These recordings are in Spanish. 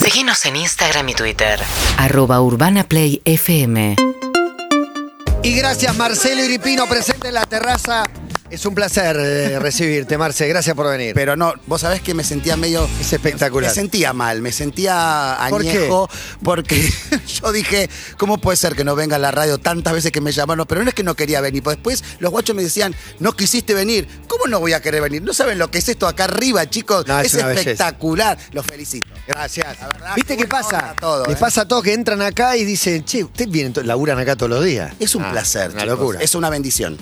Seguinos en Instagram y Twitter. Arroba Urbana Play FM. Y gracias, Marcelo Iripino, presente en la terraza. Es un placer eh, recibirte, Marce. Gracias por venir. Pero no, vos sabés que me sentía medio. Es espectacular. Me sentía mal, me sentía ¿Por qué? añejo. Porque yo dije, ¿cómo puede ser que no venga a la radio tantas veces que me llamaron? Pero no es que no quería venir. Pues después los guachos me decían, no quisiste venir. ¿Cómo no voy a querer venir? No saben lo que es esto acá arriba, chicos. No, es es una belleza. espectacular. Los felicito. Gracias. La verdad, ¿Viste qué buena pasa? onda Ah, a todos, Les eh. pasa a todos que entran acá y dicen, che, ustedes vienen, to- laburan acá todos los días. Es un Ah, placer, Una chicos. locura. Es una bendición.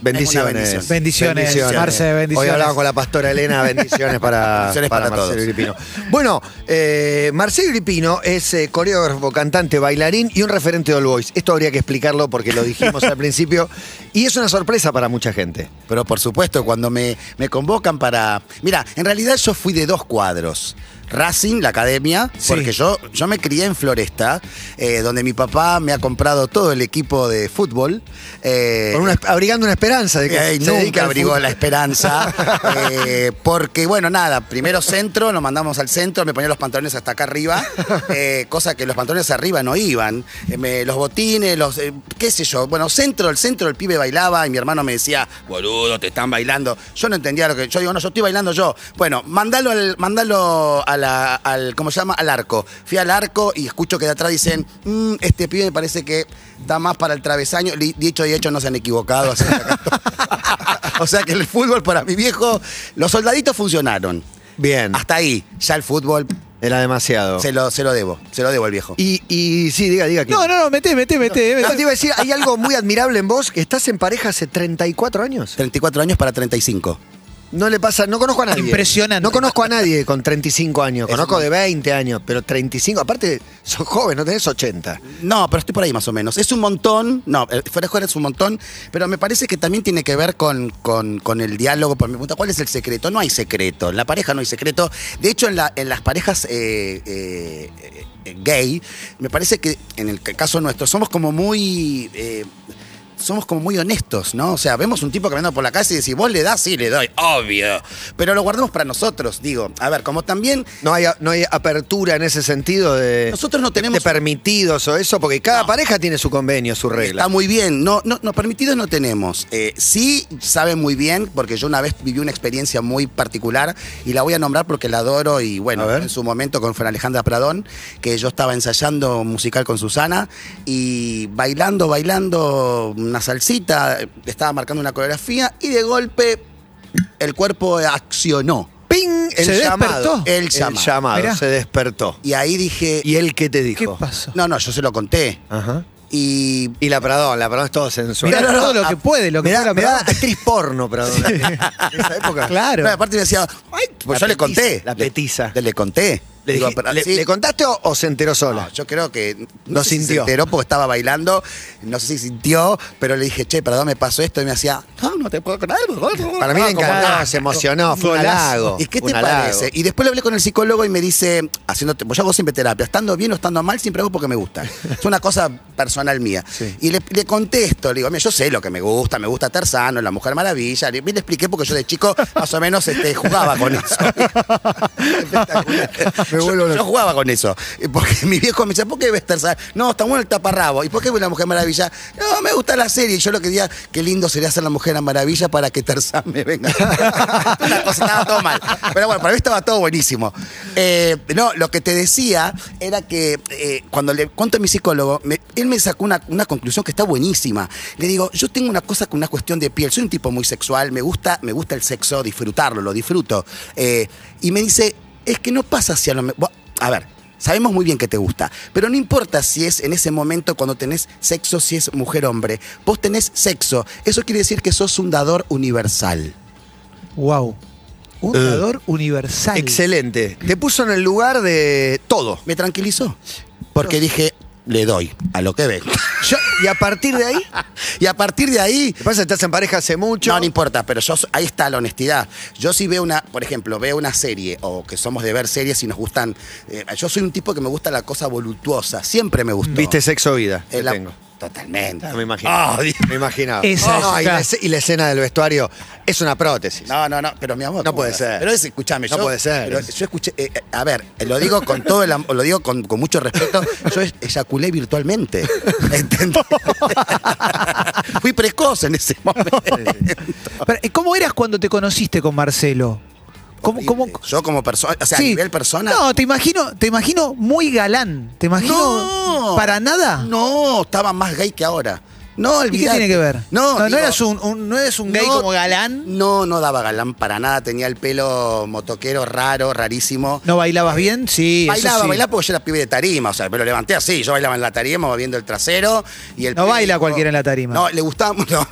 bendiciones. una bendición. Bendiciones, Marce, bendiciones. Hoy hablaba con la pastora Elena, bendiciones para, Bendiciones para, para Marcelo todos. Gripino. Bueno, eh, Marcelo Gripino es eh, coreógrafo, cantante, bailarín y un referente de All Boys. Esto habría que explicarlo porque lo dijimos al principio y es una sorpresa para mucha gente. Pero por supuesto, cuando me, me convocan para. Mira, en realidad yo fui de dos cuadros. Racing, la academia, Sí. porque yo, yo me crié en Floresta, eh, donde mi papá me ha comprado todo el equipo de fútbol. eh, Con una- abrigando una esperanza de que Ey, se dedique nunca al abrigó fútbol. la esperanza. eh, porque, bueno, nada, primero centro, nos mandamos al centro, me ponía los pantalones hasta acá arriba, eh, cosa que los pantalones arriba no iban. Eh, me- los botines, los. eh, qué sé yo. Bueno, centro, el centro, el pibe bailaba y mi hermano me decía, boludo, te están bailando. Yo no entendía lo que. Yo digo, no, yo estoy bailando yo. Bueno, mandalo al. Mandalo a la- al. ¿Cómo se llama? Al arco. Fui al arco y escucho que de atrás dicen, "Mm, este pibe me parece que. Da más para el travesaño. Li- Dicho y hecho, no se han equivocado. así que acá o sea que el fútbol para mi viejo, los soldaditos funcionaron. Bien, Hasta ahí, ya el fútbol era demasiado. Ah. se lo, se lo debo, se lo debo al viejo. Y, y sí, diga, diga que. No, no, no, meté, meté, meté. No, meté. te iba a decir, hay algo muy admirable en vos, que estás en pareja hace 34 años. 34 años para 35. No le pasa, no conozco a nadie. Impresionante. No conozco a nadie con 35 años, Es conozco un- de 20 años, pero 35, aparte sos joven, no tenés 80. No, pero estoy por ahí más o menos. Es un montón, no, eh, fuera de juego es un montón, pero me parece que también tiene que ver con, con- con el diálogo. Por mi punto, ¿cuál es el secreto? No hay secreto. En la pareja no hay secreto. De hecho, en, la- en las parejas eh, eh, eh, eh, gay, me parece que en el ca- caso nuestro somos como muy. eh, somos como muy honestos, ¿no? O sea, vemos un tipo caminando por la calle y decís, vos le das, sí, le doy, obvio. Pero lo guardamos para nosotros, digo. A ver, como también No hay, no hay apertura en ese sentido de, nosotros no de- de tenemos... permitidos o eso, porque cada pareja tiene su convenio, su regla. Está muy bien. No, no, no, permitidos no tenemos. Eh, sí sabe muy bien, porque yo una vez viví una experiencia muy particular y la voy a nombrar porque la adoro y A bueno, ver. en su momento con Fran Alejandra Pradón, que yo estaba ensayando un musical con Susana y bailando, bailando una salsita, eh, estaba marcando una coreografía y de golpe el cuerpo accionó. ¡Ping! El ¿Se llamado. despertó? Eh, El El llamado. llamado. Mirá. se despertó. Y ahí dije, ¿Y él qué te dijo? ¿Qué pasó? no, no, yo se lo conté. Ajá. Y Y la Pradón, la Pradón es todo sensual. Mirá no, no, todo no, lo que a- puede, lo que me, da, pueda, me da pero- actriz porno, Pradón. En esa época. Claro. No, y aparte me decía, "Ay", pues yo La le petiza, conté. la petiza. Le, le conté. Le, Digo, dije- pero le- sí. ¿le contaste o, o se enteró sola? No, yo creo que no Lo sé si se sintió. enteró porque estaba bailando, no sé si sintió, pero le dije, che, perdón, me pasó esto y me hacía, no, no te puedo creer. Para mí le Como, encantó, "Ah, se emocionó, fue un Golazo. halago. ¿Y qué un te halago. parece? Y después le hablé con el psicólogo y me dice, haciéndote, pues yo hago siempre terapia, estando bien o estando mal, siempre hago porque me gusta. Es una cosa personal mía. Sí. Y le, le contesto, le digo, mira, yo sé lo que me gusta, me gusta Tarzano, La Mujer Maravilla. Le, le expliqué porque yo de chico más o menos este, jugaba con eso. Espectacular. Me vuelvo yo, loco. yo jugaba con eso. Y Porque mi viejo me decía, ¿por qué ves Tarzán? No, está bueno el taparrabo. ¿Y por qué ves La Mujer Maravilla? No, me gusta la serie. Y yo lo que diga, qué lindo sería ser La Mujer Maravilla para que Tarzán me venga. Una cosa, estaba todo mal. Pero bueno, para mí estaba todo buenísimo. Eh, no, lo que te decía era que eh, cuando le cuento a mi psicólogo, me- él me sacó una, una conclusión que está buenísima. Le digo, yo tengo una cosa con una cuestión de piel. Soy un tipo muy sexual, me gusta, me gusta el sexo, disfrutarlo, lo disfruto. Eh, y me dice, es que no pasa hacia lo... me- Bo- A ver, sabemos muy bien que te gusta, pero no importa si es en ese momento cuando tenés sexo, si es mujer-hombre. Vos tenés sexo. Eso quiere decir que sos un dador universal. Wow. Uh. Un Eh. dador universal. Excelente. Te puso en el lugar de todo. Me tranquilizó, porque dije, le doy a lo que ve. Yo- y a partir de ahí, Y a partir de ahí... ¿te pasa? Estás en pareja hace mucho. No, no importa, pero yo, ahí está la honestidad. Yo sí veo una, por ejemplo, veo una serie o que somos de ver series y nos gustan. eh, yo soy un tipo que me gusta la cosa voluptuosa, siempre me gustó. Viste sexo vida. Eh, que la- tengo. Totalmente. Me imagino. Ah, Dios. me imagino. Esa No, es y, la, la- esce- y la escena del vestuario es una prótesis. No, no, no, pero mi amor. No ¿cómo puede vas? ser. Pero es, escúchame, No yo- puede ser. pero yo escuché, eh, eh, a ver, eh, lo digo con todo el am- lo digo con, con mucho respeto, yo es- eyaculé virtualmente. ¿entendés? Fui precoz en ese momento. Pero, ¿y ¿Cómo eras cuando te conociste con Marcelo? ¿Cómo, cómo, Yo como persona, o sea, Eh, a Sí. nivel persona. No, te imagino, te imagino muy galán. Te imagino No. para nada. No, estaba más gay que ahora. No, ¿Y olvidate. qué tiene que ver? No, no, digo, eras un, un- no eres un gay no, como galán. No, no daba galán para nada. Tenía el pelo motoquero raro, rarísimo. No bailabas bien, sí. eso Bailaba, sí. bailaba porque yo era pibe de tarima, o sea, me lo levanté así, yo bailaba en la tarima moviendo el trasero y el No pibe baila cualquiera en la tarima. No, le gustaba mucho.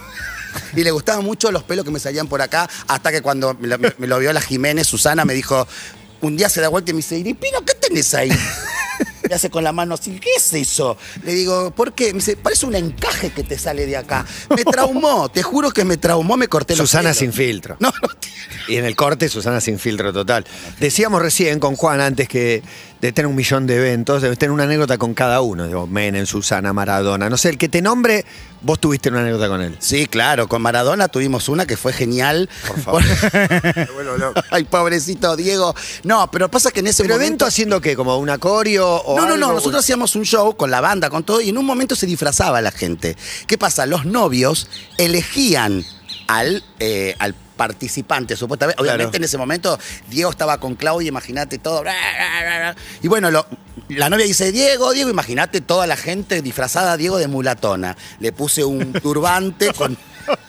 Y le gustaban mucho los pelos que me salían por acá, hasta que cuando me lo, me lo vio la Jiménez, Susana me dijo, un día se da vuelta y me dice, Iripino, ¿qué tenés ahí? Me hace con la mano así, ¿qué es eso? Le digo, ¿por qué? Me dice, parece un encaje que te sale de acá. Me traumó, te juro que me traumó, me corté los Susana pelos. sin filtro. No, no tiene- Y en el corte, Susana sin filtro total. Decíamos recién con Juan, antes que de tener un millón de eventos, de tener una anécdota con cada uno. Digo, Menem, Susana, Maradona, no sé, el que te nombre, vos tuviste una anécdota con él. Sí, claro, con Maradona tuvimos una que fue genial. Por favor. Ay, pobrecito Diego. No, pero pasa que en ese ¿Pero evento momento. haciendo qué? ¿Como un acorio o No, no, no, algo? nosotros hacíamos un show con la banda, con todo, y en un momento se disfrazaba la gente. ¿Qué pasa? Los novios elegían al, eh, al participante, supuestamente. Obviamente Claro. en ese momento Diego estaba con Claudia, imagínate todo. bla, bla, bla, bla. Y bueno, lo- la novia dice, Diego, Diego, imagínate toda la gente disfrazada, Diego, de mulatona. Le puse un turbante con...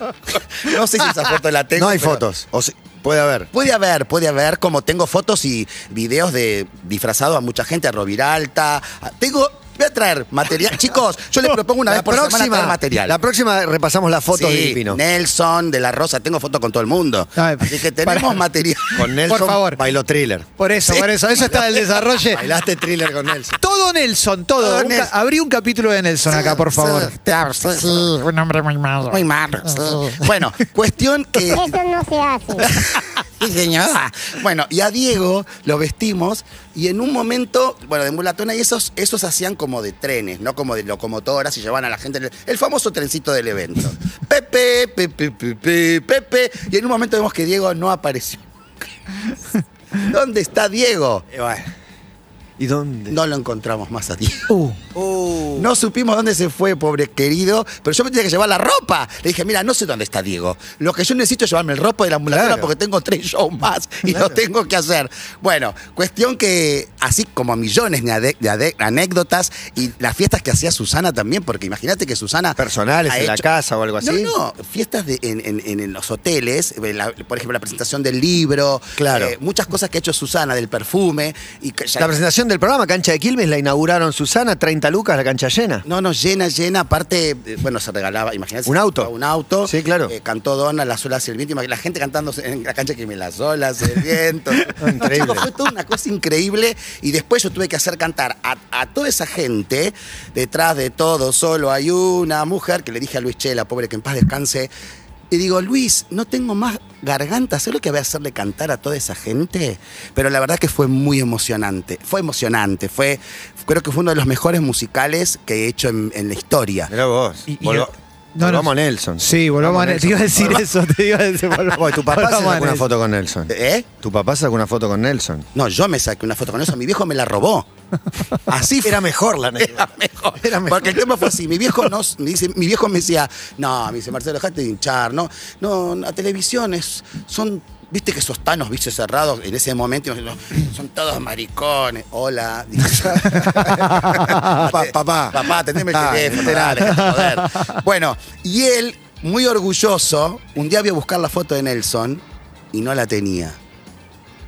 No sé si esa foto la tengo. No hay pero- fotos. O si- puede haber. Puede haber, puede haber, como tengo fotos y videos de disfrazado a mucha gente, a Roviralta. a- Tengo, voy a traer material. Chicos, yo les propongo una vez por semana traer material. la próxima repasamos las fotos Sí, de Pino. Nelson, de la Rosa, tengo fotos con todo el mundo. Ay, Así que tenemos para. material. Con Nelson Por favor. bailó thriller. Por eso, por eso. Eso está el desarrollo. Bailaste thriller con Nelson. Todo Nelson, todo. Todo Un ca- Nelson. abrí un capítulo de Nelson acá, por favor. Sí, un hombre muy malo. Muy malo. Bueno, cuestión que. Eso no se hace. Sí, señora. Bueno, y a Diego lo vestimos y en un momento, bueno, de mulatona y esos, esos hacían como de trenes, no como de locomotoras y llevaban a la gente, en el, el famoso trencito del evento. Pepe, pepe, pepe, pepe. Y en un momento vemos que Diego no apareció. ¿Dónde está Diego? ¿Y dónde? No lo encontramos más a Diego. Uh, No supimos dónde se fue, pobre querido, pero yo me tenía que llevar la ropa. Le dije, mira, no sé dónde está Diego. Lo que yo necesito es llevarme el ropa de la ambulatoria Claro. porque tengo tres shows más y lo tengo que hacer. Bueno, cuestión que, así como millones de, ade- de ade- anécdotas y las fiestas que hacía Susana también, porque imagínate que Susana. Personales ha en la hecho- casa o algo así. No, no, fiestas de- en, en- en- en los hoteles, en la- por ejemplo, la presentación del libro. eh, Claro. muchas cosas que ha hecho Susana, del perfume. Y que ya- La presentación del programa Cancha de Quilmes la inauguraron Susana, 30 lucas, la cancha llena. No, no, llena, llena. Aparte, eh, bueno, se regalaba, imagínate. Un se auto. regalaba Un auto. Sí, claro. Eh, cantó Donna, las olas y el viento. Imag- La gente cantando en la cancha que me las olas, el viento. No, Increíble. chicos, fue toda una cosa increíble. Y después yo tuve que hacer cantar a, a toda esa gente. Detrás de todo, solo hay una mujer que le dije a Luis Chela, pobre, que en paz descanse. Y digo, Luis, no tengo más garganta, sé lo que voy a hacerle cantar a toda esa gente? Pero la verdad que fue muy emocionante, fue emocionante, fue, creo que fue uno de los mejores musicales que he hecho en, en la historia. Mirá vos. Y- y Volvo- lo- no, volvamos no. a Nelson. sí, volvamos a Nelson. Te iba a decir eso, te iba a decir. volvamos- Oye, tu papá se volvamos a sacó una Nelson. foto con Nelson. ¿Eh? Tu papá sacó una foto con Nelson. No, yo me saqué una foto con eso, mi viejo me la robó. Así fue. Era mejor la anécdota. mejor. Era mejor. Porque el tema fue así. Mi viejo, nos, me, dice, mi viejo me decía, no, me dice, Marcelo, dejate de hinchar, no, no, la televisión es, son, viste que esos tanos vicios cerrados en ese momento, imagino, son todos maricones. Hola. Pa- papá. Papá, atendeme el Ah, teléfono, dale, dejate de joder. Bueno, y él, muy orgulloso, un día vio buscar la foto de Nelson y no la tenía.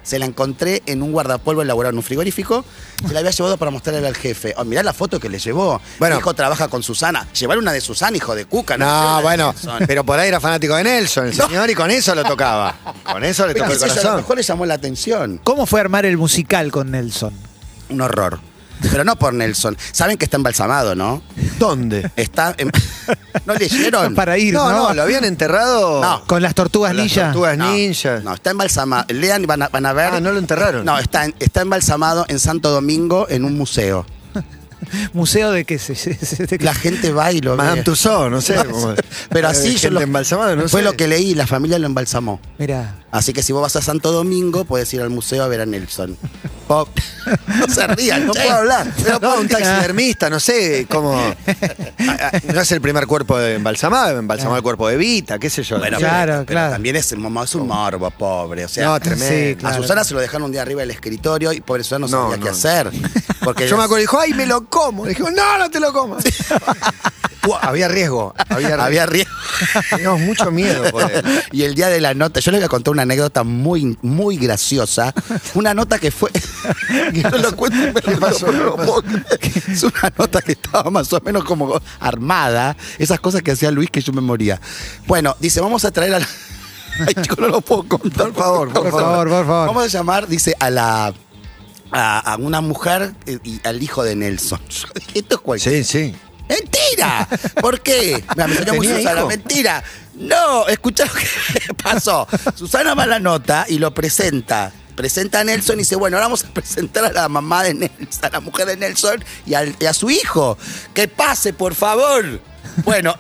Se la encontré en un guardapolvo elaborado en un frigorífico. Se la había llevado para mostrarle al jefe. Oh, mirá la foto que le llevó. Bueno. Mi hijo trabaja con Susana. Llevar una de Susana, hijo de cuca. No, bueno, Pero pero por ahí era fanático de Nelson, el señor, y con eso lo tocaba. Con eso le tocó el a lo corazón. mejor le llamó la atención. ¿Cómo fue armar el musical con Nelson? Un horror. Pero no por Nelson. Saben que está embalsamado, ¿no? ¿Dónde? Está... en- ¿No leyeron? Para ir, no, ¿no? no, lo habían enterrado. No. Con las tortugas Con las ninja. tortugas No, ninja. No, está embalsamado. Lean y van a, van a ver. Ah, no lo enterraron. No, está, en- está embalsamado en Santo Domingo en un museo. museo de que se. se- se- de que- La gente va y lo Madame ve. Tussauds, no sé. como- Pero así Gente yo lo, embalsamada, no fue sé. lo que leí, la familia lo embalsamó. Mirá. Así que si vos vas a Santo Domingo, puedes ir al museo a ver a Nelson. Pop. No se rían, No che. puedo hablar. Pero No, por- un taxidermista, no sé cómo. Ah, ah, No es el primer cuerpo de embalsamado, embalsamado el cuerpo de Vita, qué sé yo. Bueno, Claro, pero, pero claro. también es, mamá, es un morbo, pobre. O sea, No, tremendo. Sí, claro. A Susana se lo dejaron un día arriba del escritorio y pobre Susana no, No, sabía no, qué no. hacer. Porque Yo me acuerdo, dijo, ay, me lo como. Le dije, no, no te lo comas. Buah, había riesgo, había riesgo. había riesgo. Teníamos mucho miedo por él. Y el día de la nota, yo le voy a contar una anécdota muy, muy graciosa. Una nota que fue. Yo lo cuento, y me río, pasó? no lo puedo creer. Es una nota que estaba más o menos como armada. Esas cosas que hacía Luis que yo me moría. Bueno, dice, vamos a traer a la. Ay, chicos, no lo puedo contar. Por favor, por favor, por favor. Vamos a llamar, dice, a la. A, a una mujer eh, y al hijo de Nelson. Yo dije, esto es cualquier Sí, sí. ¡Mentira! ¿Por qué? Me mencionó muy ¿Tenía Susana. hijo? ¡Mentira! No, escuchá lo que pasó. Susana va a la nota y lo presenta. Presenta a Nelson y dice, bueno, ahora vamos a presentar a la mamá de Nelson, a la mujer de Nelson y, al- y a su hijo. ¡Que pase, por favor! Bueno,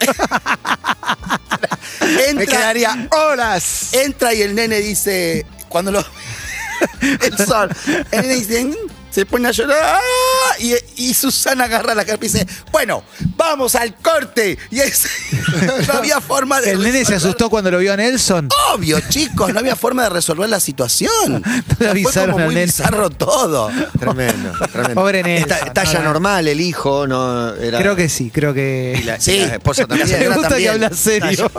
Me entra, quedaría horas. entra y el nene dice, cuando lo... El sol. El nene dice, "Mm", se pone a llorar ¡ah! y, y Susana agarra la carpa y dice, bueno, vamos al corte. Y es, no había forma de... El nene se resolver- asustó cuando lo vio a Nelson. Oh. Obvio, chicos, no había forma de resolver la situación. Fue avisaron como al muy nene. bizarro todo. Tremendo, tremendo. Pobre Nelson, Esta- talla no, no. normal, el hijo, no era. Creo que sí, creo que. Y la, Sí. y la esposa también. Me Me señora gusta que también. habla serio.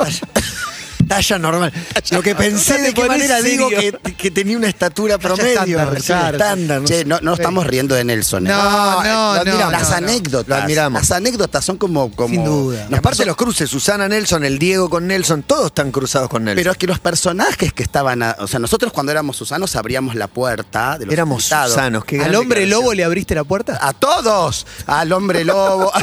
Talla normal. Lo que pensé te de qué pones manera digo que, serio. que tenía una estatura promedio. estándar, sí, claro. estándar, no Che, sé. no, no estamos riendo de Nelson. ¿eh? No, no, lo no. admiramos. Las no, no. anécdotas. Lo admiramos. Las anécdotas son como. como Sin duda. Y aparte los cruces, Susana Nelson, el Diego con Nelson, todos están cruzados con Nelson. Pero es que los personajes que estaban. a- o sea, nosotros cuando éramos Susanos abríamos la puerta de los Éramos invitados. Susanos, qué ¿Al grande Ah. hombre canción. lobo le abriste la puerta? A todos. Al hombre lobo.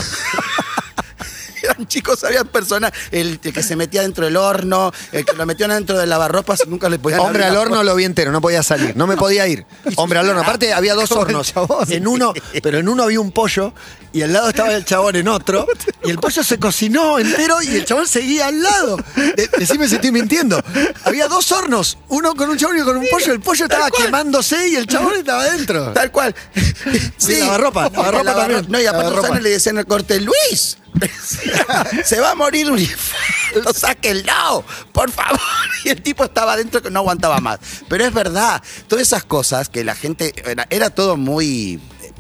Eran chicos, había personas. El que se metía dentro del horno, el que lo metían dentro del lavarropas, nunca le podían abrir Hombre al Pues la horno lo vi entero, no podía salir, no me podía ir. Hombre al horno, aparte había dos Como el hornos. chabón. En uno, pero en uno había un pollo y al lado estaba el chabón en otro. Y el pollo se cocinó entero y el chabón seguía al lado. De- decime si estoy mintiendo. Había dos hornos, uno con un chabón y con un pollo. El pollo estaba quemándose y el chabón estaba adentro. Tal cual. Sí, lavarropa, Y lavarropa lavarro- también. No, y aparte Lavarropa. Susana le decían al corte, Luis, se va a morir un infarto, sáquenlo, por favor. Y el tipo estaba adentro que no aguantaba más. Pero es verdad, todas esas cosas que la gente, era, era todo muy...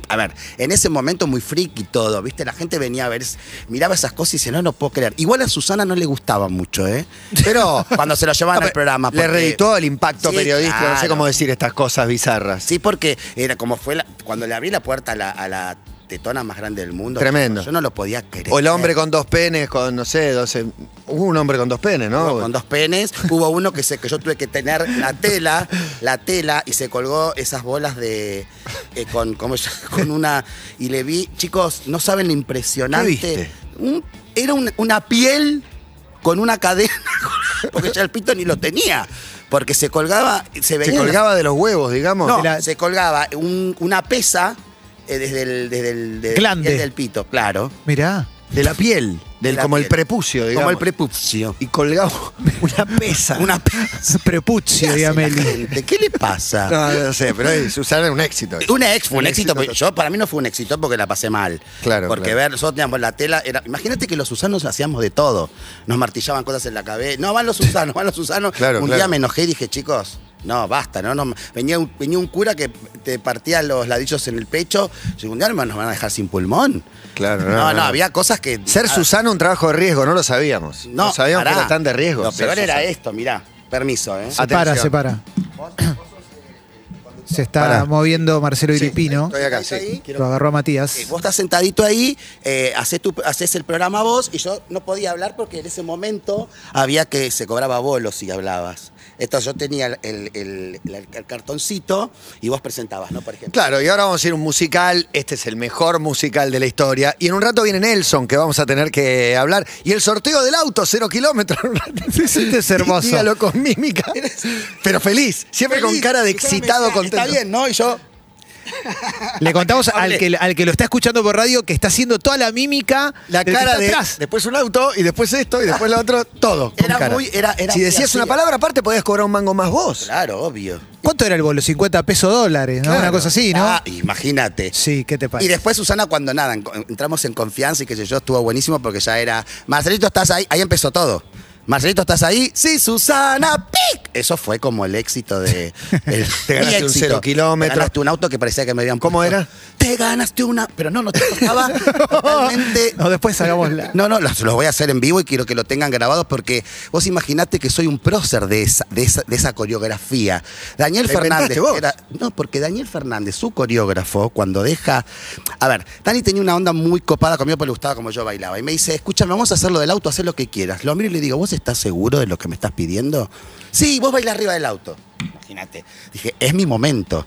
A ver, en ese momento muy friki todo, ¿viste? La gente venía a ver, miraba esas cosas y decía, no, no puedo creer. Igual a Susana no le gustaba mucho, ¿eh? Pero cuando se lo llevaban al programa. Le porque- reeditó el impacto Sí, periodístico, no sé claro. cómo decir estas cosas bizarras. Sí, porque era como fue la- cuando le abrí la puerta a la, a la tetona más grande del mundo. Tremendo. Yo no lo podía creer. O el hombre con dos penes, con, no sé, 12. Hubo un hombre con dos penes, ¿no? Hubo con dos penes. Hubo uno que, se, que yo tuve que tener la tela, la tela, y se colgó esas bolas de. eh, con, ¿cómo se llama? con una. Y le vi, chicos, no saben lo impresionante. ¿Qué viste? Un- era un- una piel con una cadena, porque ya el pito ni lo tenía. Porque se colgaba, se veía. Se colgaba de los huevos, digamos. No, De la- se colgaba un- una pesa eh, desde el, desde el, desde Glande. desde el pito, claro. Mirá. De la piel, del, De la como el piel. prepucio, digamos. Como el prepucio. Y colgaba una pesa. Una pesa. Prepucio, ¿Qué, hace la Diameli. gente? ¿Qué le pasa? No, no sé, pero eh, Susana era un éxito. Una ex fue un, éxito, éxito pero yo para mí no fue un éxito porque la pasé mal. Claro, Porque claro. ver, nosotros teníamos la tela, era, imagínate que los Susanos hacíamos de todo. Nos martillaban cosas en la cabeza. No, van los Susanos, van los Susanos. Claro, un claro. día me enojé y dije, chicos, no, basta, ¿no? no venía, un, venía un cura que te partía los ladillos en el pecho. Yo dije, un día nos van a dejar sin pulmón. Claro, No, no, había cosas que. Ser ah, Susana un trabajo de riesgo, no lo sabíamos. No, sabíamos pará. que era tan de riesgo. Lo ser peor era Susana. Ah, esto, mirá. Permiso, ¿eh? Se para, se para. Se está eh, Pará. moviendo Marcelo Iripino. Estoy acá, sí. Ahí, quiero- Lo agarró a Matías. Eh, Vos estás sentadito ahí, eh, hacés, tu- hacés el programa vos y yo no podía hablar porque en ese momento había que se cobraba bolos si hablabas. Entonces yo tenía el, el- el- el- el cartoncito y vos presentabas, ¿no? Por ejemplo. Claro, y ahora vamos a ir a un musical. Este es el mejor musical de la historia. Y en un rato viene Nelson, que vamos a tener que hablar. Y el sorteo del auto, cero kilómetros. Este es hermoso. Dígalo con mímica. Pero feliz, siempre con cara de Y yo me excitado, decía, contento. Está bien, ¿no? Y yo. Le contamos al que, al que lo está escuchando por radio que está haciendo toda la mímica La del que cara está de. atrás. Después un auto y después esto y después lo otro, todo. con Era cara. muy- era- era si muy decías así. una palabra aparte, podías cobrar un mango más vos. Claro, obvio. ¿Cuánto era el bolo? 50 pesos dólares, ¿no? Claro. Una cosa así, ¿no? Ah, imagínate. Sí, ¿qué te pasa? Y después Susana cuando nada, en- entramos en confianza y que yo estuvo buenísimo porque ya era, Marcelito estás ahí, ahí empezó todo. Marcelito estás ahí, sí, Susana, ¡pic! Eso fue como el éxito de... el- Te ganaste mi un cero kilómetro. Te ganaste un auto que parecía que me habían ¿Cómo puesto. era? Te ganaste una... Pero no, no te costaba totalmente... No, después hagámosla. No, no, los, los voy a hacer en vivo y quiero que lo tengan grabados porque vos imaginate que soy un prócer de esa, de esa, de esa coreografía. Daniel ¿La Fernández. inventaste vos? era- no, porque Daniel Fernández, su coreógrafo, cuando deja. A ver, Dani tenía una onda muy copada conmigo porque le gustaba como yo bailaba. Y me dice, escúchame, vamos a hacer lo del auto, hacer lo que quieras. Lo miro y le digo, ¿vos estás seguro de lo que me estás pidiendo? Sí, vos bailás arriba del auto. Imagínate. Dije, es mi momento.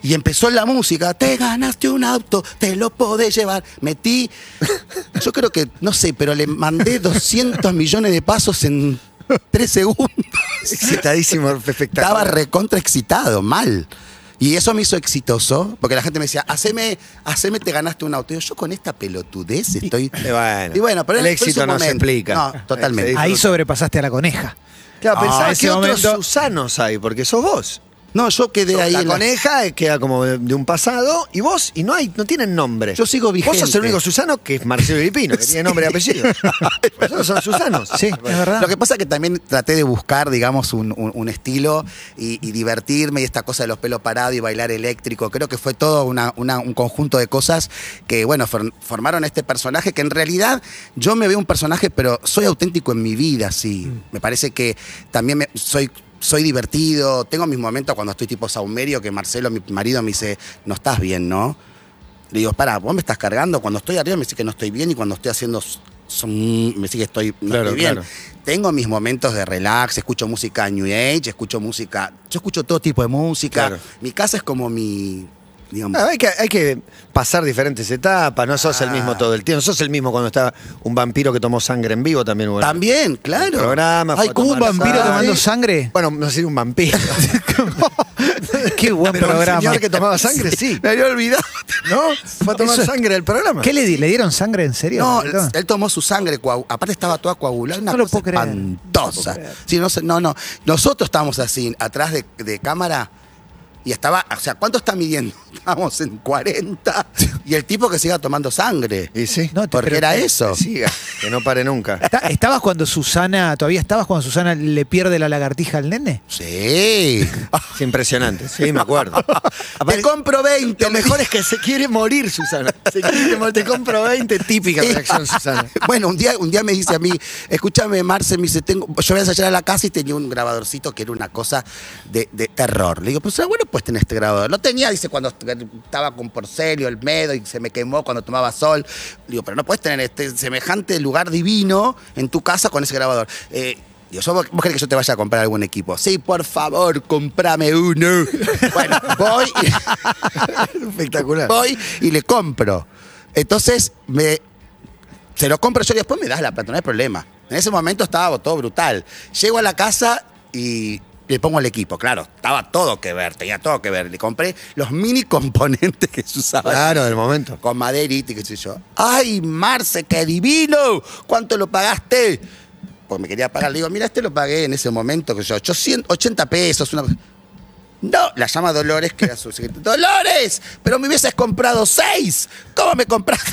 Y empezó la música, te ganaste un auto, te lo podés llevar. Metí, yo creo que, no sé, pero le mandé 200 millones de pasos en 3 segundos. Excitadísimo, perfecto. Estaba recontra excitado, mal. Y eso me hizo exitoso, porque la gente me decía, haceme, haceme, te ganaste un auto. Y yo, yo con esta pelotudez estoy... Y bueno, Y bueno, pero el fue su éxito no se momento. explica. No, totalmente. Sí. Ahí sobrepasaste a la coneja. Claro, Ah, pensaba ese que momento- otros Susanos hay, porque sos vos. No, yo quedé ahí... la en la- coneja eh, queda como de, de un pasado y vos, y no hay, no tienen nombre. Yo sigo vigente. Vos sos el único Susano que es Marcelo Filipino, que tiene nombre y apellido. Vosotros son Susanos. Sí, es verdad. Lo que pasa es que también traté de buscar, digamos, un, un- un estilo y, y divertirme y esta cosa de los pelos parados y bailar eléctrico. Creo que fue todo una- una- un conjunto de cosas que, bueno, for- formaron este personaje que en realidad yo me veo un personaje, pero soy auténtico en mi vida, sí. Mm. Me parece que también me- soy... Soy divertido, tengo mis momentos cuando estoy tipo saumerio que Marcelo, mi marido, me dice, no estás bien, ¿no? Le digo, para, vos me estás cargando. Cuando estoy arriba me dice que no estoy bien y cuando estoy haciendo. s- som- me dice que estoy, no Claro, estoy bien. claro. Tengo mis momentos de relax, escucho música New Age, escucho música. Yo escucho todo tipo de música. Claro. Mi casa es como mi. Digamos, Ah, hay, que, hay que pasar diferentes etapas, no sos el Ah. mismo todo el tiempo, no sos el mismo cuando está un vampiro que tomó sangre en vivo también. Bueno. también, claro. programa, Ay, fue a ¿cómo tomar un vampiro sangre. tomando sangre? sangre? Bueno, no sería un vampiro. Qué buen Pero programa. el señor que tomaba sangre, sí. Me había olvidado. ¿No? Fue a tomar Eso es- sangre del programa. ¿Qué le, di- le dieron sangre en serio? No, Marito? él tomó su sangre, coagu- aparte estaba toda coagulada, una No lo cosa puedo creer. espantosa. Sí, no, sé- no, no. Nosotros estábamos así, atrás de, de cámara, y estaba, o sea, ¿cuánto está midiendo? Estábamos en 40, y el tipo que siga tomando sangre. Y sí. No, te- porque pero- era eso. Que siga, que no pare nunca. Está- ¿Estabas cuando Susana, todavía estabas cuando Susana le pierde la lagartija al nene? Sí. Es impresionante, sí, me acuerdo. Te compro 20. Lo mejor es que se quiere morir, Susana. Se quiere morir. Te compro 20, típica reacción, Susana. Bueno, un día, un día me dice a mí, escúchame, Marce, me dice, tengo, yo voy a ensayar a la casa y tenía un grabadorcito que era una cosa de, de terror. Le digo, pues ah, bueno, pues tenés este grabador. Lo tenía, dice, cuando estaba con porcelio, el medo, y se me quemó cuando tomaba sol. Le digo, pero no puedes tener este semejante lugar divino en tu casa con ese grabador. Eh, Digo, "¿Vos- ¿vos querés que yo te vaya a comprar algún equipo? Sí, por favor, comprame uno. Bueno, voy y- Espectacular. voy y le compro. Entonces, me, se lo compro yo y después me das la plata, no hay problema. En ese momento estaba todo brutal. Llego a la casa y le pongo el equipo, claro, estaba todo que ver, tenía todo que ver. Le compré los mini componentes que se usaban. Claro, del momento. Con maderita y qué sé yo. ¡Ay, Marce, qué divino! ¿Cuánto lo pagaste? Porque me quería pagar. Le digo, mira, este lo pagué en ese momento, que yo, 880 pesos, una... No, la llama Dolores, que era su secretaria. ¡Dolores! Pero me hubieses comprado seis. ¿Cómo me compraste?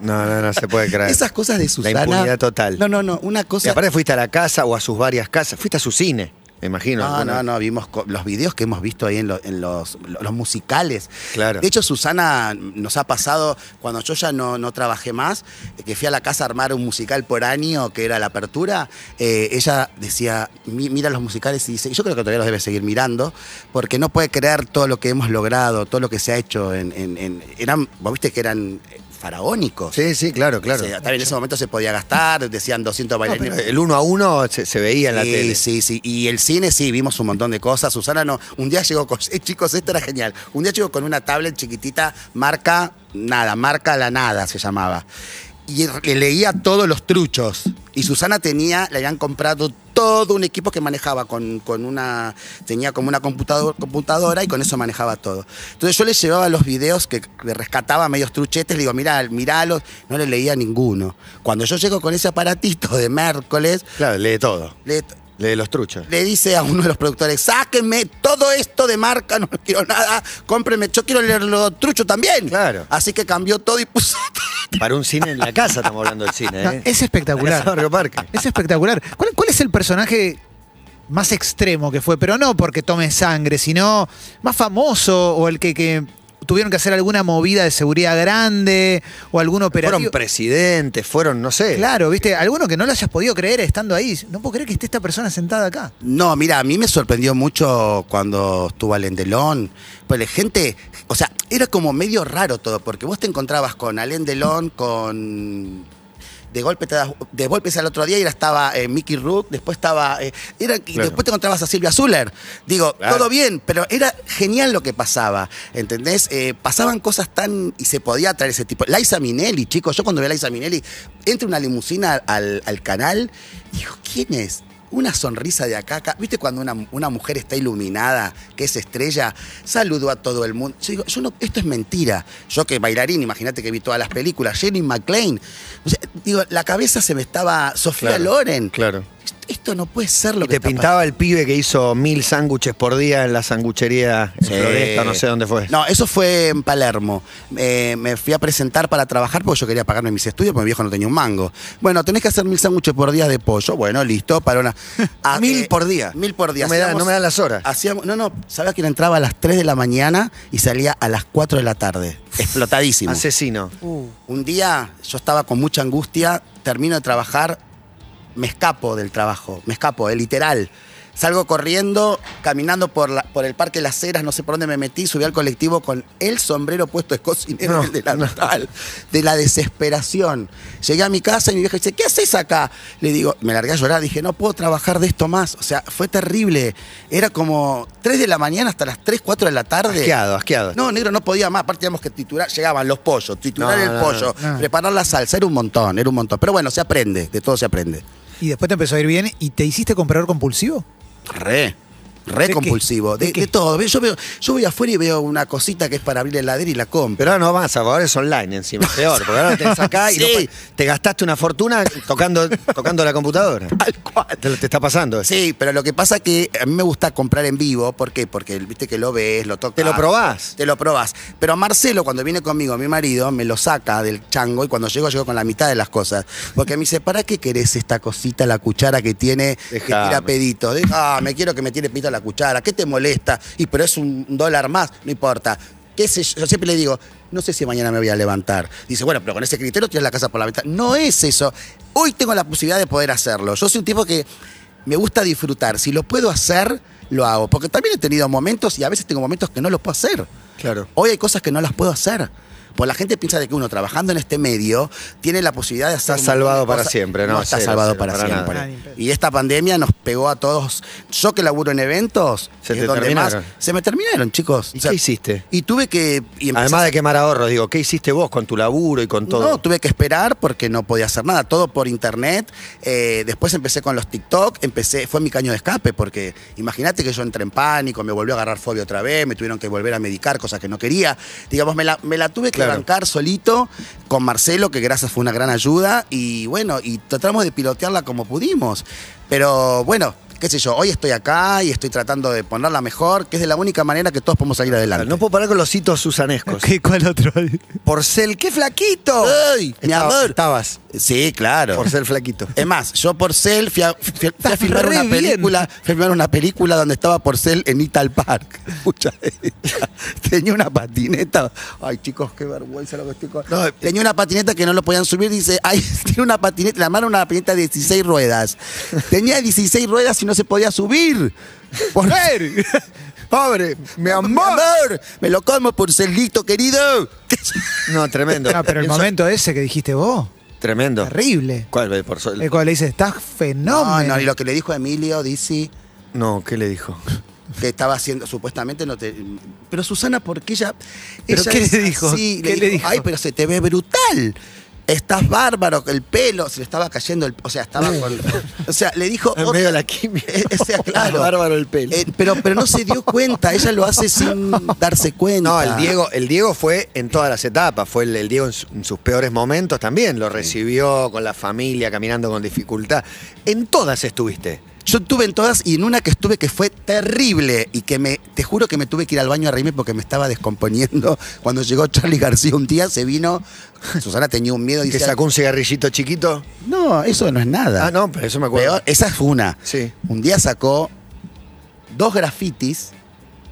No, no, no se puede creer. Esas cosas de Susana. La impunidad total. No, no, no. Una y cosa. aparte fuiste a la casa o a sus varias casas. Fuiste a su cine, me imagino. No, alguna. Ah, no, no, vimos co- los videos que hemos visto ahí en, lo- en los, lo- los musicales. Claro. De hecho, Susana nos ha pasado, cuando yo ya no, no trabajé más, eh, que fui a la casa a armar un musical por año, que era la apertura, eh, ella decía, "Mi- mira los musicales y dice, y yo creo que todavía los debe seguir mirando, porque no puede creer todo lo que hemos logrado, todo lo que se ha hecho. En, en- en- eran, vos viste que eran eh, faraónicos. Sí, sí, claro, claro. O sea, también en ese momento se podía gastar, decían 200 No, bailarines. pero el uno a uno se, se veía en la sí, tele. Sí, sí. Y el cine, sí, vimos un montón de cosas. Susana no. Un día llegó con. eh, chicos, esto era genial. Un día llegó con una tablet chiquitita, marca nada, marca la nada se llamaba. Y le leía todos los truchos. Y Susana tenía, le habían comprado todo un equipo que manejaba con, con una. tenía como una computador, computadora y con eso manejaba todo. Entonces yo les llevaba los videos que que rescataba medios truchetes, le digo, mirá, miralos, no le leía ninguno. Cuando yo llego con ese aparatito de miércoles, Claro, lee todo. le, Lee los truchos. le dice a uno de los productores, sáquenme todo esto de marca, no quiero nada, cómprenme, yo quiero leerlo trucho también. Claro. Así que cambió todo y puso Para un cine en la casa estamos hablando del cine, No, ¿eh? es espectacular. La Casa Barrio Parque. Es espectacular. ¿Cuál, cuál es el personaje más extremo que fue? Pero no porque tome sangre, sino más famoso o el que, que tuvieron que hacer alguna movida de seguridad grande o algún Fueron operativo. presidentes, fueron, no sé. Claro, viste, alguno que no lo hayas podido creer estando ahí. No puedo creer que esté esta persona sentada acá. No, mira, a mí me sorprendió mucho cuando estuvo Alendelón. Pues la gente, o sea, era como medio raro todo, porque vos te encontrabas con Alendelón, con. De golpe te das- de golpes al otro día y era- estaba eh, Mickey Rook, después estaba. eh, era, y Claro. después te encontrabas a Silvia Zuller. Digo, Claro. todo bien, pero era genial lo que pasaba. ¿Entendés? Eh, pasaban cosas tan. y se podía traer ese tipo. Liza Minelli, chicos, yo cuando vi a Liza Minelli, entra una limusina al, al canal, dijo, ¿quién es? Una sonrisa de acá, a acá. ¿Viste cuando una, una mujer está iluminada, que es estrella? Saludó a todo el mundo. Yo digo, yo no, esto es mentira. Yo que bailarín, imagínate que vi todas las películas, Jenny McLean. O sea, digo, la cabeza se me estaba. Sofía Claro, Loren. claro. Esto, esto no puede ser lo que Y te está pintaba el pibe que hizo mil sándwiches por día en la sanguchería en Sí. Floresta, no sé dónde fue. No, eso fue en Palermo. Eh, me fui a presentar para trabajar porque yo quería pagarme mis estudios porque mi viejo no tenía un mango. Bueno, tenés que hacer mil sándwiches por día de pollo. Bueno, listo, para una. a- Mil por día. Mil por día. No me da- no me dan las horas. Hacíamos, no, no, sabía que entraba a las 3 de la mañana y salía a las 4 de la tarde. Explotadísimo. Asesino. Un día yo estaba con mucha angustia, termino de trabajar, me escapo del trabajo, me escapo, eh, literal. Salgo corriendo, caminando por, la- por el Parque Las Heras, no sé por dónde me metí, subí al colectivo con el sombrero puesto de cocinero No, en el delantal, de la desesperación. Llegué a mi casa y mi vieja dice, ¿qué haces acá? Le digo, me largué a llorar, dije, no puedo trabajar de esto más. O sea, fue terrible. Era como 3 de la mañana hasta las 3, 4 de la tarde. Asqueado, asqueado. No, negro no podía más. Aparte, teníamos que titular. Llegaban los pollos, titular No, el no, pollo, no. preparar la salsa. Era un montón, era un montón. Pero bueno, se aprende, de todo se aprende. Y después te empezó a ir bien y te hiciste comprador compulsivo. Re. Re ¿De qué? compulsivo, de, ¿De qué? de todo. Ve, Yo, veo, yo voy afuera y veo una cosita que es para abrir la heladera y la compro. Pero ahora no vas, ahora es online encima, peor, porque ahora lo tenés acá y Sí. no puedes- te gastaste una fortuna tocando, tocando la computadora. Tal cual. Te, lo- te está pasando. eso. Sí, pero lo que pasa que a mí me gusta comprar en vivo. ¿Por qué? Porque viste que lo ves, lo tocas. Te lo probás. Te lo probás. Pero Marcelo, cuando viene conmigo, mi marido, me lo saca del chango y cuando llego, llego con la mitad de las cosas. Porque me dice, ¿para qué querés esta cosita, la cuchara que tiene, que Dejame. tira pedito? De- Ah, me quiero que me tire pito la cuchara. ¿Qué te molesta? Y pero es un dólar más, no importa. ¿Qué sé yo? Yo siempre le digo, no sé si mañana me voy a levantar. Dice, bueno, pero con ese criterio tiras la casa por la ventana. No es eso. Hoy tengo la posibilidad de poder hacerlo. Yo soy un tipo que me gusta disfrutar. Si lo puedo hacer, lo hago. Porque también he tenido momentos y a veces tengo momentos que no los puedo hacer. Claro. Hoy hay cosas que no las puedo hacer. Pues la gente piensa de que uno trabajando en este medio tiene la posibilidad de hacer. Está un montón de salvado para cosas. siempre, no, No está cero, salvado cero, para, para nada. siempre. Ah, ni en pedo. Y esta pandemia nos pegó a todos. Yo que laburo en eventos, Se que te es donde terminaron. más- se me terminaron, chicos. ¿Y qué hiciste? Y tuve que. y empecé Además a- de quemar ahorros, digo, ¿qué hiciste vos con tu laburo y con todo? no, tuve que esperar porque no podía hacer nada, todo por internet. Eh, después empecé con los TikTok, empecé, fue mi caño de escape, porque imagínate que yo entré en pánico, me volvió a agarrar fobia otra vez, me tuvieron que volver a medicar cosas que no quería. Digamos, me la, me la tuve que Claro. bancar solito con Marcelo, que gracias fue una gran ayuda, y bueno, y tratamos de pilotearla como pudimos. Pero bueno. Qué sé yo, hoy estoy acá y estoy tratando de ponerla mejor, que es de la única manera que todos podemos salir adelante. no puedo parar con los hitos susanescos. ¿Qué, ¿Cuál otro? Porcel, qué flaquito. ¡Ay, mi Estaba- amor! Estabas. Sí, claro. Porcel flaquito. Es más, yo Porcel fui a, fui a- fui a filmar re una bien. película, fui a filmar una película donde estaba Porcel en Ital Park. Escucha, tenía una patineta. Ay, chicos, qué vergüenza lo que estoy con- No, eh, tenía una patineta que no lo podían subir, dice, ay, tiene una patineta, la mano una patineta de 16 ruedas. Tenía 16 ruedas y no se podía subir. Porcel. Pobre, mi Me lo como, Porcelito querido. No, tremendo. No, Ah, pero el Eso- momento ese que dijiste vos, Tremendo. terrible. ¿Cuál? eh, El Porcel. El cual le dice, estás No, fenómeno. no, y lo que le dijo Emilio, dice... No, ¿qué le dijo? que estaba haciendo, supuestamente no te. Pero Susana, porque ella. ¿Pero ella qué es le dijo? así, ¿Qué le dijo? Ay, pero se te ve brutal. estás bárbaro, el pelo, se le estaba cayendo el. O sea, estaba con. O sea, le dijo. En medio de la quimio. Eh, o sea, claro. Bárbaro el pelo. Eh, pero, pero no se dio cuenta, ella lo hace sin darse cuenta. No, el Diego, el Diego fue en todas las etapas, fue el, el Diego en, su- en sus peores momentos también, lo recibió con la familia, caminando con dificultad. En todas estuviste. Yo estuve en todas y en una que estuve que fue terrible y que me, te juro que me tuve que ir al baño a reírme porque me estaba descomponiendo. Cuando llegó Charlie García un día, se vino, Susana tenía un miedo y Que dice, sacó un cigarrillito chiquito. no, eso no es nada. Ah, no, pero eso me acuerdo. Peor- esa es una. Sí. Un día sacó dos grafitis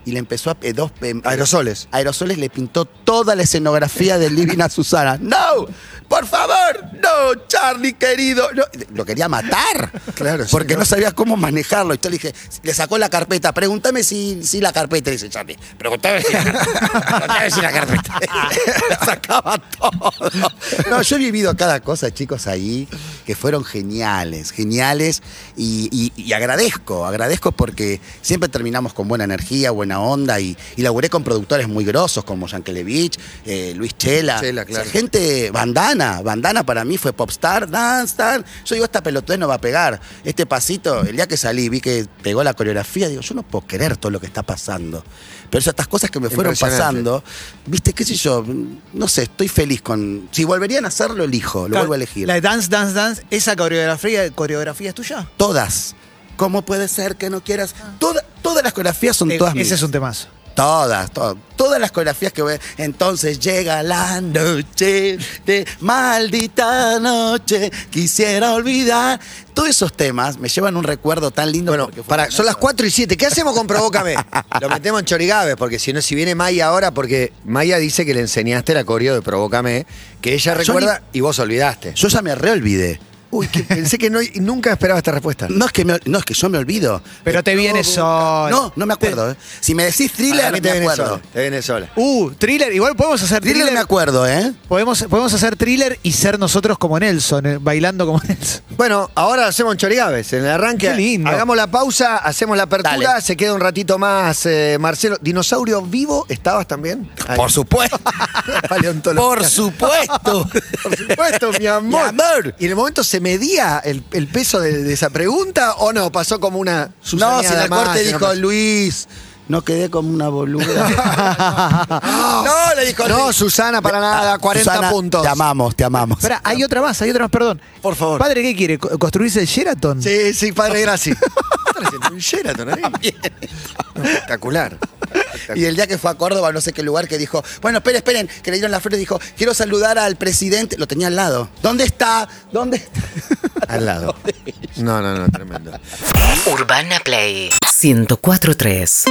y le empezó a... eh, dos, eh, Aerosoles. Aerosoles le pintó toda la escenografía de Living a Susana. ¡No! ¡Por favor! ¡No, Charlie, querido! No". Lo quería matar. Claro, sí, Porque ¿no? no sabía cómo manejarlo. Y yo le dije, le sacó la carpeta. Pregúntame si, si la carpeta. Le dice Charlie, pregúntame si, pregúntame si la carpeta. Le sacaba todo. No, yo he vivido cada cosa, chicos, ahí, que fueron geniales, geniales. Y, y- y agradezco, agradezco porque siempre terminamos con buena energía, buena onda. Y, y laburé con productores muy grosos como Yankelevich, eh, Luis Chela. Chela, claro. O sea, gente bandana, bandana para mí fue popstar, dance, dance. Yo digo, esta pelotudez no va a pegar. Este pasito, el día que salí, vi que pegó la coreografía, digo, yo no puedo creer todo lo que está pasando. Pero esas estas cosas que me fueron Impresionante. pasando, viste, qué sé yo, no sé, estoy feliz con. Si volverían a hacerlo, elijo, lo vuelvo a elegir. La de Dance, Dance, Dance, esa coreografía, coreografía es tuya. Todas. ¿Cómo puede ser que no quieras? Toda- todas las coreografías son Eh, todas mías. ese es un temazo. Todas, todas, todas las coreografías que ve. Entonces llega la noche de maldita noche, quisiera olvidar. Todos esos temas me llevan un recuerdo tan lindo. Bueno, porque fue para, una son las cosa. 4 y 7. ¿Qué hacemos con Provócame? Lo metemos en Chorigabe, porque si no, si viene Maya ahora, porque Maya dice que le enseñaste la coreo de Provócame, que ella Yo recuerda y vos olvidaste. Yo ya me reolvidé. Uy, que pensé que no, y nunca esperaba esta respuesta. No es que me- no es que yo me olvido. Pero te viene sola. No, no me acuerdo. eh. Si me decís Para thriller, mí me te viene acuerdo. sola. Te viene sola. Uh, thriller, igual podemos hacer thriller. Thriller me acuerdo, ¿eh? podemos, podemos hacer thriller y ser nosotros como Nelson, eh, bailando como Nelson. Bueno, ahora hacemos en Chorigaves, en el arranque. Qué lindo. Hagamos la pausa, hacemos la apertura, Dale. se queda un ratito más, eh, Marcelo. ¿Dinosaurio vivo estabas también? Ahí. Por supuesto. Paleontólogo. Por supuesto. Por supuesto, mi amor. Mi amor. ¿Y en el momento se medía el, el peso de, de esa pregunta o no? Pasó como una No, susaneada si en la más, corte que no dijo pasó. Luis, no quedé como una boluda. No, le dijo Ah. No, Susana, para nada, 40 Ah, Susana, puntos. ah, Te amamos, te amamos. Espera, hay otra más, hay otra más, perdón. Por favor. Padre, ¿qué quiere? ¿Co- ¿Construirse el Sheraton? Sí, sí, padre, gracias. un Sheraton ahí. Espectacular. Y el día que fue a Córdoba, no sé qué lugar, que dijo, bueno, esperen, esperen, que le dieron la flor y dijo, quiero saludar al presidente. Lo tenía al lado. ¿Dónde está? ¿Dónde está? Al lado. No, no, no, tremendo. Urbana Play 1043.